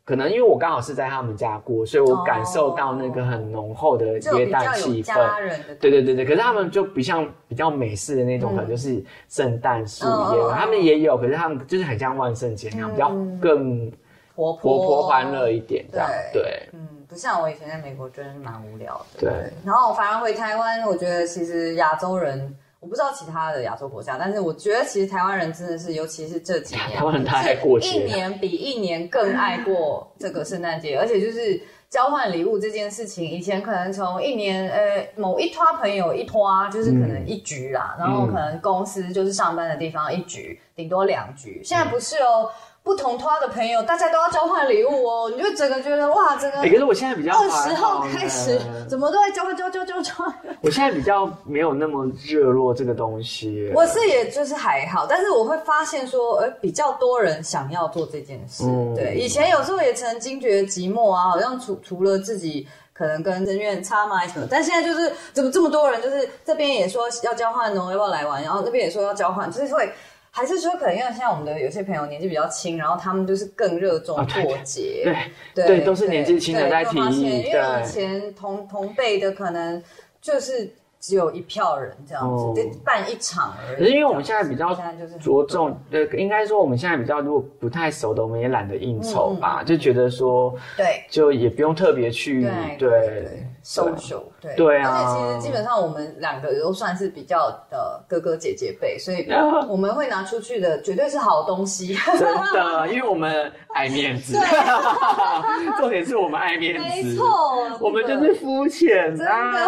可能因为我刚好是在他们家过，所以我感受到那个很浓厚的
哦就
耶
比较
诞
有
气氛。
家人的
对对对对，可是他们就不像比较美式的那种，
嗯
可能就是圣诞树
嗯嗯
也有，
嗯
他们也有，可是他们就是很像万圣节那样，比较更
活
活
泼
泼欢乐一点这样。
哦对
对
嗯，不像我以前在美国，真的是蛮无聊的。
对，
然后反而回台湾，我觉得其实亚洲人，我不知道其他的亚洲国家，但是我觉得其实台湾人真的是，尤其是这几年，
台湾人太爱过节
是一年比一年更爱过这个圣诞节，而且就是交换礼物这件事情，以前可能从一年呃某一托朋友一托，就是可
嗯
能一局啦，然后可能公司就是上班的地方一局，顶多两局，现在不是哦。不同托的朋友，大家都要交换礼物哦，你就整个觉得哇，整个
哎诶可是我现在比较
二
还
十
好
号开始
呢，
怎么都在交换交交交交。
我现在比较没有那么热络这个东西。
我是也就是还好，但是我会发现说，呃，比较多人想要做这件事。
嗯
对，以前有时候也曾经觉得寂寞啊，好像除除了自己。可能跟人缘差嘛，还
嗯
是什么？但现在就是怎么这么多人，就是这边也说要交换哦，要不要来玩？然后那边也说要交换，就是会还是说可能因为现在我们的有些朋友年纪比较轻，然后他们就是更热衷
啊对
过节、
对对都是年纪轻的
对
在
就
提
发现
议
因为
对
以前同同辈的可能就是只有一票人这样子，
哦
就办一场而已。
可是因为我们现在比较
现在就是很
着重，呃，应该说我们现在比较如果不太熟的，我们也懒得应酬
嗯
吧，就觉得说
对
就也不用特别去
对
嗯对
收手，对
对啊
而且其实基本上我们两个都算是比较的哥哥姐姐辈，所以
啊
我们会拿出去的绝对是好东西。
真的，因为我们爱面子， 重点是我们爱面
没
子，
错，
我们就是肤浅
真
啊。
的。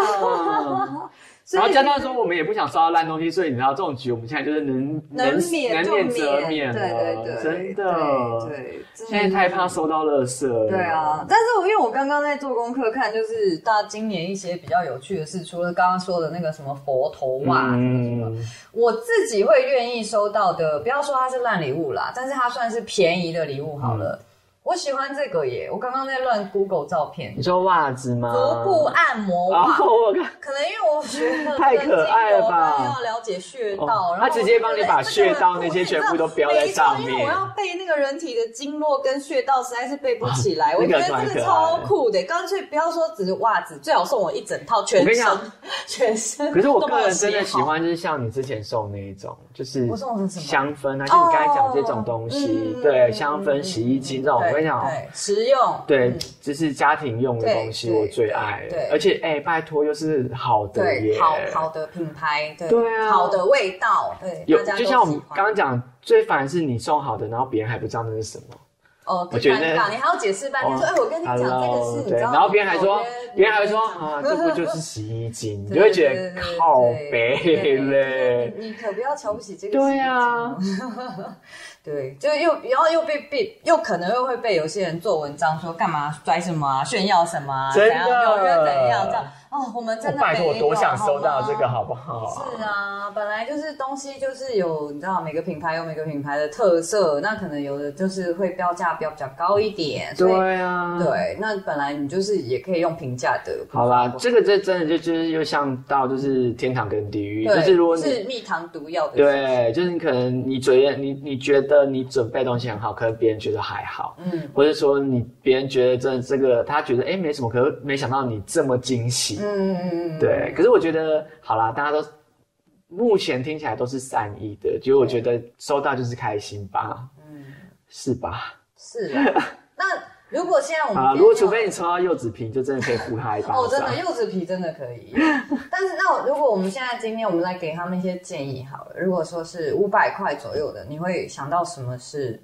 所
然后
以
加上说，我们也不想烧到烂东西，所以你知道这种局，我们现在就是能
能免
能
就
免则免
对
了，
对对，
真
对
的。
对，真的
现在太怕收到垃圾了。
对啊，，但是我因为我刚刚在做功课看，就是大家今年一些比较有趣的事，除了刚刚说的那个什么佛头袜什么什么，
嗯，
我自己会愿意收到的，不要说它是烂礼物啦，但是它算是便宜的礼物好了。我喜欢这个耶，我刚刚在乱 Google 照片
你，说袜子吗？
足部按摩
然
啊袜。
后我看，
可能因为我觉得
太可爱了吧
跟精油要了解穴道，
哦
然后
他直接帮
哎
你把穴道那些全部都标在上面
没错因为我要背那个人体的经络跟穴道，实在是背不起来。
哦
我
那
觉
个
得
蛮
这
可爱
个超酷的，干脆不要说只是袜子，最好送我一整套全
我跟你
身
讲，
全身。
可是我个人真的喜，欢，就是像你之前送那一种，就是
我送的是什么
香氛啊，就你刚才讲这种东
哦
西，
嗯
对，
嗯
香氛、洗衣机这种，我跟你讲哦。
对，实用，
对
嗯，
就是家庭用的东西，
对
我最爱了
对对
而且，哎、拜托，又是好的
对，
耶，
好好的品牌，对，
对啊
好的味道，对，
有
大家都
就像我们
喜欢
刚刚讲，最烦的是你送好的，然后别人还不知道那是什么。
哦，
我
我
觉
觉
得哦
得你还要解释半天，说，哎，我跟你讲这个事，你知
对，
道吗？
然后别人还说
纽约，
别人还会说啊，这不就是洗衣机？你就会觉得靠背嘞。
你可不要瞧不起这个。哦
对啊，
对，就又然后又被被又可能又会被有些人做文章说干嘛拽什么啊，炫耀什么啊，
真的
怎样纽约怎样这样哦，我们真的
拜托，
没
我多想收到这个，
好吗。
好不好？
是啊，本来就是东西就是有，你知道每个品牌有每个品牌的特色，那可能有的就是会标价标比较高一点，所以
对啊，。
对，那本来你就是也可以用平价的。
好啦，这个这真的就就是又像到就是天堂跟地狱，
对，
就是如果你
是蜜糖毒药的，，
对，就是你可能你觉得你你觉得你准备东西很好，可能别人觉得还好，
嗯
或者说你别人觉得真的这个他觉得哎没什么，可是没想到你这么惊喜，
嗯嗯嗯，
对。可是我觉得好啦，大家都目前听起来都是善意的，就我觉得收到就是开心吧，
嗯，
是吧？
是啊。那如果现在我们
啊，
哦今天
如果除
用
非你抽到柚子皮，就真的可以呼他一巴掌。
哦，真的柚子皮真的可以，但是那我如果我们现在今天我们来给他们一些建议好了，如果说是五百块左右的，你会想到什么是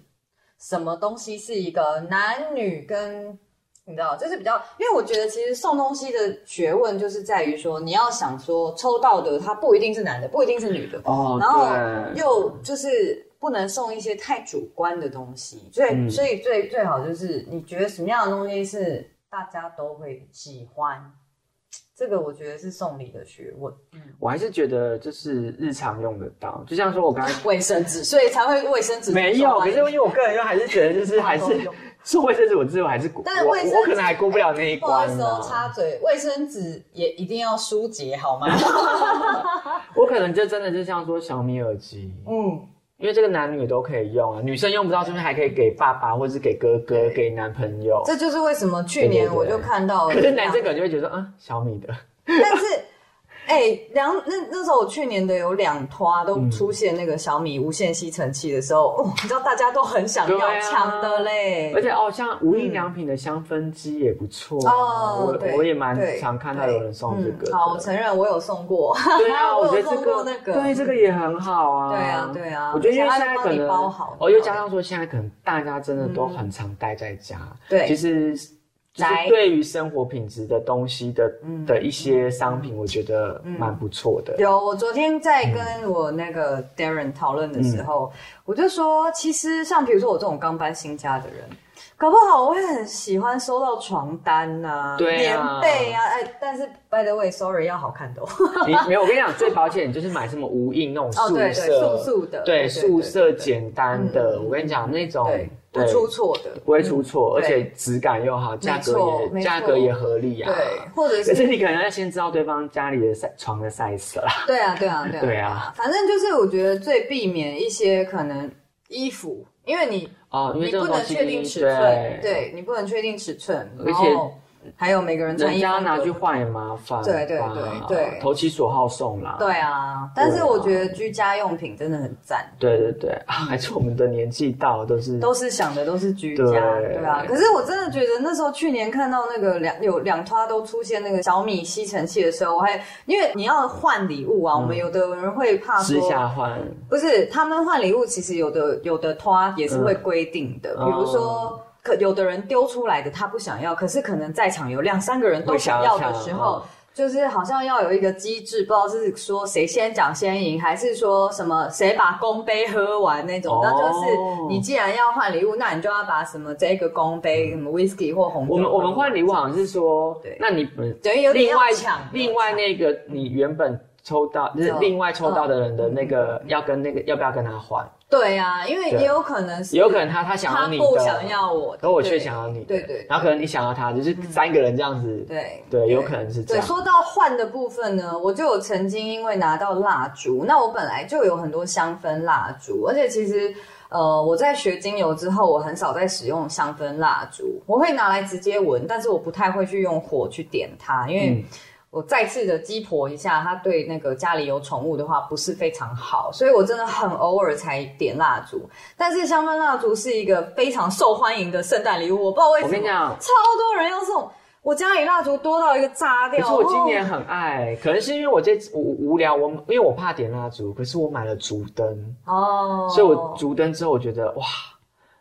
什么东西是一个男女跟你知道，就是比较，因为我觉得其实送东西的学问就是在于说，你要想说抽到的他不一定是男的，不一定是女的，
哦，
然后
对，
又就是不能送一些太主观的东西，所以、
嗯
所以最最好就是你觉得什么样的东西是大家都会喜欢，这个我觉得是送礼的学问，嗯
我还是觉得就是日常用得到，就像说我刚才
卫生纸，所以才会卫生纸
没
受
有，可
欢
是因
迎
为我个人又还是觉得， 就是还
大家都
是
用
送卫生纸，我自己还是过
但是
我
卫生纸
我可能还过不了那一
不好
关啊
意思哦，
呢。
插嘴，卫生纸也一定要疏解好吗？
我可能就真的就像说小米耳机，
嗯，
因为这个男女都可以用啊，女生用不到，就是还可以给爸爸，或者是给哥哥、给男朋友。
这就是为什么去年我就看到了，
可是男生可能就会觉得说，嗯，小米的，
但是，哎、两那那时候我去年的有两拖
嗯
都出现那个小米无线吸尘器的时候，哦，你知道大家都很想
对啊
要抢的嘞
而。且哦，像无印良品的香氛机也不错啊、
嗯哦，对
我我也蛮
对
常看到有人送这个
嗯
的。
好，我承认我有送过。
对啊， 我
我
觉
有
得这
送过
个
那个。
对这个也很好啊。
对啊对啊
我觉得因为
而
现在
且它都
可
帮你
能
包好嗯
哦，又加上说现在可能大家真的都很常待在家，
对
其实就是
宅
对于生活品质的东西的
嗯
的一些商品，我觉得蛮不错 的。
有，我昨天在
嗯
跟我那个 Darren 讨论的时候，我就说，其实像比如说我这种刚搬新家的人，搞不好我会很喜欢收到床单呐、
对
棉
啊
被啊，哎，但是 by the way，sorry，要好看的、哦。
你没有，我跟你讲，最保险就是买什么无印那种
哦
宿
对对
舍，
素素的
对
对对
宿舍简单
对
的。
对
我跟你讲，那种
对，不
哦对
出错的，
不会出错，而
对
且质感又好，价格
错
也
没
价
错
格也合理啊。
对，或者
可
是
是你可能要先知道对方家里的 size 床的 size 啦。
对啊，对啊，对啊，
对啊，
反正就是我觉得最避免一些可能衣服，因为你
哦，因为
你
这
不
种东
能
西
确定尺寸，对你不能确定尺寸，
而
然
且
后还有每个人穿
人
衣
家
风
拿
格
去换也麻烦吧。
对对对对
投其所好送啦。
对啊，但
对
是
啊
我觉得居家用品真的很赞，
对对对啊还是我们的年纪到了都是
都是想的都是居家，
对
对啊。可是我真的觉得那时候去年看到那个两有两拖都出现那个小米吸尘器的时候，我还因为你要换礼物啊，我们有的人会怕
私
说。
嗯下换。
不是，他们换礼物其实有的有的拖也是会规定的，
嗯
比如说。可有的人丢出来的他不想要，可是可能在场有两三个人都
会想
想
要
要的
抢
时
嗯
候，就是好像要有一个机制，不知道是说谁先讲先赢，还是说什么谁把公杯喝完那种。
哦
那就是你既然要换礼物，那你就要把什么这个公杯什么 whisky 或红酒
嗯我们
换完，
我们换礼物好像是说
对，
那你本
等于有点
另外
要抢的，
另外那个你原本抽到就是
嗯
另外抽到的人的那个要跟那个要不要跟他换？
对啊，因为
对
也有可能是
有可能他他想
他
要你的，
不想要我，
可我却
对
想要你的，
对对嗯
然后可能你想要他，就是三个人这样子，
对
对有可能是这
对，
样
说到换的部分呢，我就有曾经因为拿到蜡烛，那我本来就有很多香氛蜡烛，而且其实呃，我在学精油之后，我很少在使用香氛蜡烛，我会拿来直接闻，但是我不太会去用火去点它，因
嗯
为。我再次的鸡婆一下，它对那个家里有宠物的话不是非常好，所以我真的很偶尔才点蜡烛。但是香氛蜡烛是一个非常受欢迎的圣诞礼物，我不知道为什
我
么，
跟你讲
超多人要送。我家里蜡烛多到一个炸掉，
可是我今
哦
年很爱，可能是因为我这我无聊，我因为我怕点蜡烛，可是我买了烛灯，
哦，
所以我烛灯之后我觉得哇，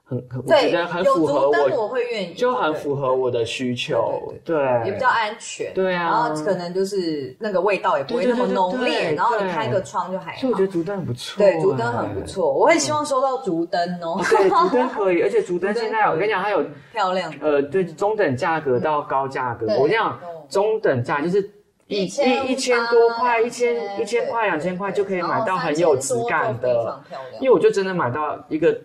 很很我觉
对
得很符合
有烛灯
我，
我会愿意，
就很符合我的需求，对，
对，也比较安全，
对啊
然后可能就是那个味道也不会
对
那
对
么
对对
浓
对
烈，
对
然后你开个窗就还好
所以我觉。得烛灯很不错，
对，烛灯很不。错，我很希望收到烛灯哦
哦，对，烛灯可以，而且烛灯现在
可以
我跟你讲，它有
漂亮的，
呃，对，中等价格到高价格，
对哦
我跟你讲
懂，
中等价就是一
一千
一一千多块，
八
一千一千块、两千块就可以买到很有质感的。，因
因
为我就真的买到一个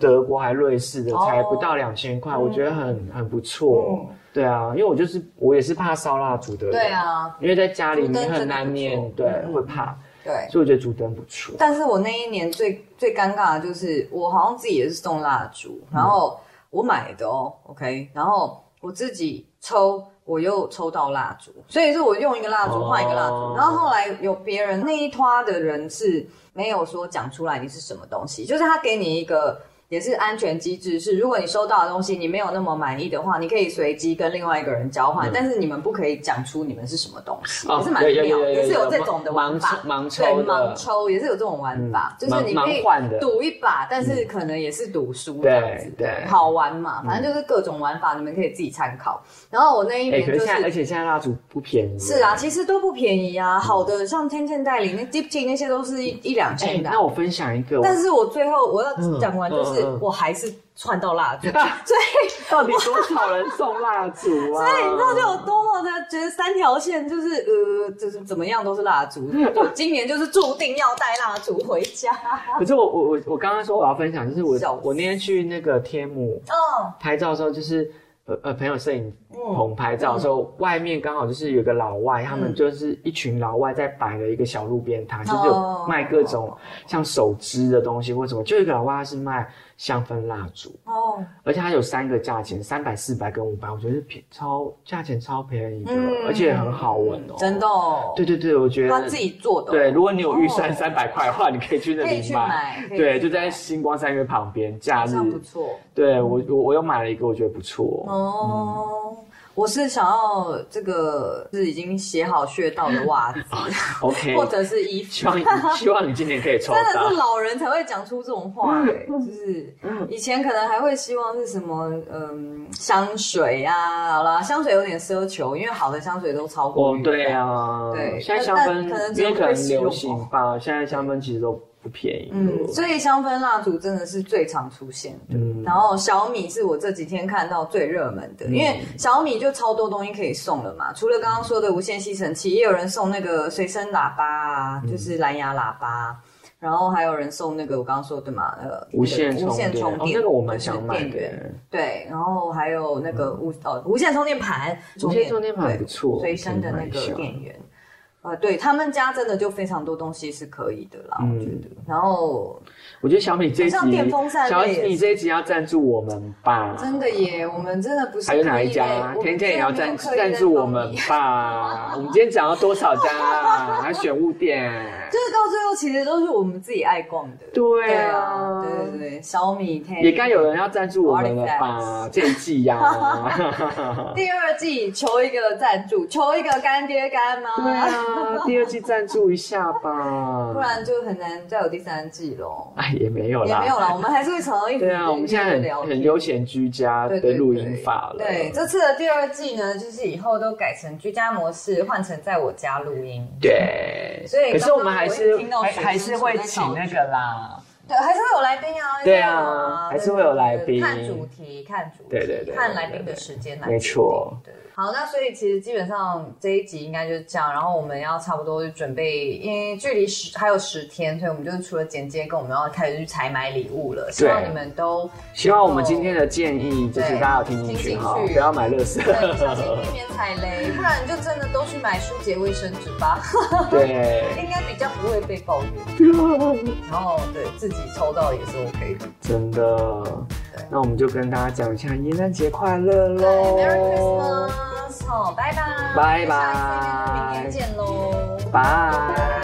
德国还瑞士的，
嗯哦嗯
才不到两千块，我觉得很很不错。对啊，因为我就是我也是怕烧蜡烛的人，
对，啊，
因为在家里
烛
你
灯真的
很难
不错
念，对，
嗯
会怕，
对。
所以我觉得烛灯不错。
但是我那一年最最尴尬的就是，我好像自己也是送蜡烛，
嗯
然后我买的哦，OK，然后我自己抽，我又抽到蜡烛，所以是我用一个蜡烛换一个蜡烛，
哦
然后后来有别人那一拖的人是没有说讲出来你是什么东西，就是他给你一个。也是安全机制，是如果你收到的东西你没有那么满意的话，你可以随机跟另外一个人交换，但是你们不可以讲出你们是什么东西，也是
嗯
蛮
哦有有
妙
有
的，
有
也是
有
有这
盲
种的
盲
玩法，
抽盲抽
对
的
盲抽也是有这种玩法，
嗯
就是你可
盲盲换的
以赌一把，但是可能也是赌输这
对
样子，
对嗯
好玩嘛，反正就是各种玩法，你们可以自己参考。然后我那一
哎，
年
可
就是是
现在，嗯而且现在蜡烛不便宜。
是啊，，其实都不便宜啊，好的像天剑带领、那 d e e p t 那些都是一一两
哎，
千的啊。
那我分享一个，我
但是我最后我要讲完，就
嗯
是
嗯嗯
我还是串 到蜡烛，
啊
所以
到底多少人送蜡烛啊？
所以你知道就有多么的觉得三条线就是呃，就是怎么样都是蜡烛，就今年就是注定要带蜡烛回家。
可是我我我我刚刚说我要分享，就是我
笑死
我那天去那个天母
嗯，
拍照的时候，就是呃呃朋友摄影
哦
棚拍照的时候，
嗯
外面刚好就是有个老外，他们就是一群老外在摆了一个小路边摊，就是
哦
有卖各种像手织的东西或什么，就有一个老外他是卖香氛蜡烛，
哦，
而且它有三个价钱，三百、四百跟五百，我觉得是便超价钱超便宜的，而且很好闻哦。
嗯真的哦，
对对对，我觉
他
得
自己做的哦，
对，如果你有预算
哦
三百块的话，你可以去那
可以
里
去买，可以
对，就
去
在星光三月旁边，假
买，
日
这。样不错
对我我我又买了一个，我觉得不错。
哦。我是想要这个是已经写好穴道的 袜子，
哦 OK，
或者是衣
希
服。
望你希望你今年可以抽
真的是
到。
老人才会讲出这种话、 欸，就是以前可能还会希望是什么，嗯，香水啊，好啦，香水有点奢求，因为好的香水都超过
哦
预，算
对啊，
对
现在香
但但可能
氛
只
因为
有
可
会
能
使用
流行吧，现在香氛其实都不便宜。
嗯，所以香氛蜡烛真的是最常出现的。
嗯
然后小米是我这几天看到最热门的，因为小米就超多东西可以送了嘛，除了刚刚说的无线吸尘器，也有人送那个随身喇叭啊，
嗯
就是蓝牙喇叭啊。然后还有人送那个我刚刚说的嘛，呃，
无线
无
充
线
电，
充
哦
电，
那个我蛮想买
就是电源
的。嗯
对，然后还有那个无、哦无线充电盘，
无线充电盘
对
不错
随身的那
可以买
个
一下
电源。呃，对他们家真的就非常多东西是可以的啦，
嗯
我觉得。然后
我觉得小米这一
好像电
集
风扇，类
小
也是
米这一集要赞助我们吧？
真的耶，我们真的不是
还有哪一家
刻意
啊
的？我
天
们
天也要
真
赞
的没有刻意在
赞助我们
帮你
吧？我们今天讲了多少家啊？还选物店？
就是到最后其实都是我们自己爱逛的。
对
对
啊
啊，，对对对，小米天
也该有人啊要赞助我们了
Artifacts
吧？这一季呀、哦
第二季求一个赞助，求一个干爹干妈，
对啊，第二季赞助一下吧。
不然就很难再有第三季喽。
哎，也没有
也
啦，
没有啦，我们还是会常常一直
对啊，我们现在
聊
很很
天
悠闲居家
对
的
对
录音法了。
对对，这次的第二季呢，就是以后都改成居家模式，换成在我家录音。
对，
所以
可是我们
刚刚
还
我
是
一听到
还
水
还
珠
是
就
会
在
请
倒
那个啦。
对，还是会有来宾啊。
对啊
一定有啊
还是会有来宾
看主题，看主题，
对对对
看来宾的时间来决定。
没错
对。好，那所以其实基本上这一集应该就是这样，然后我们要差不多就准备，因为距离十还有十天，所以我们就是除了剪接跟我们要开始去采买礼物了。希望你们都
希望我们今天的建议就是
对
大家有听进去
听进
哈，
去
不要买乐色。
对不小心避免踩雷，不然你就真的都去买舒洁卫生纸吧，
对，
应该比较不会被抱怨。然后对自己抽到也是 OK 的。
真的
对。
那我们就跟大家讲一下耶诞节快乐
对，Merry
喽，
Christmas，好，拜拜，
拜拜
下一次一定是明年见喽，
拜。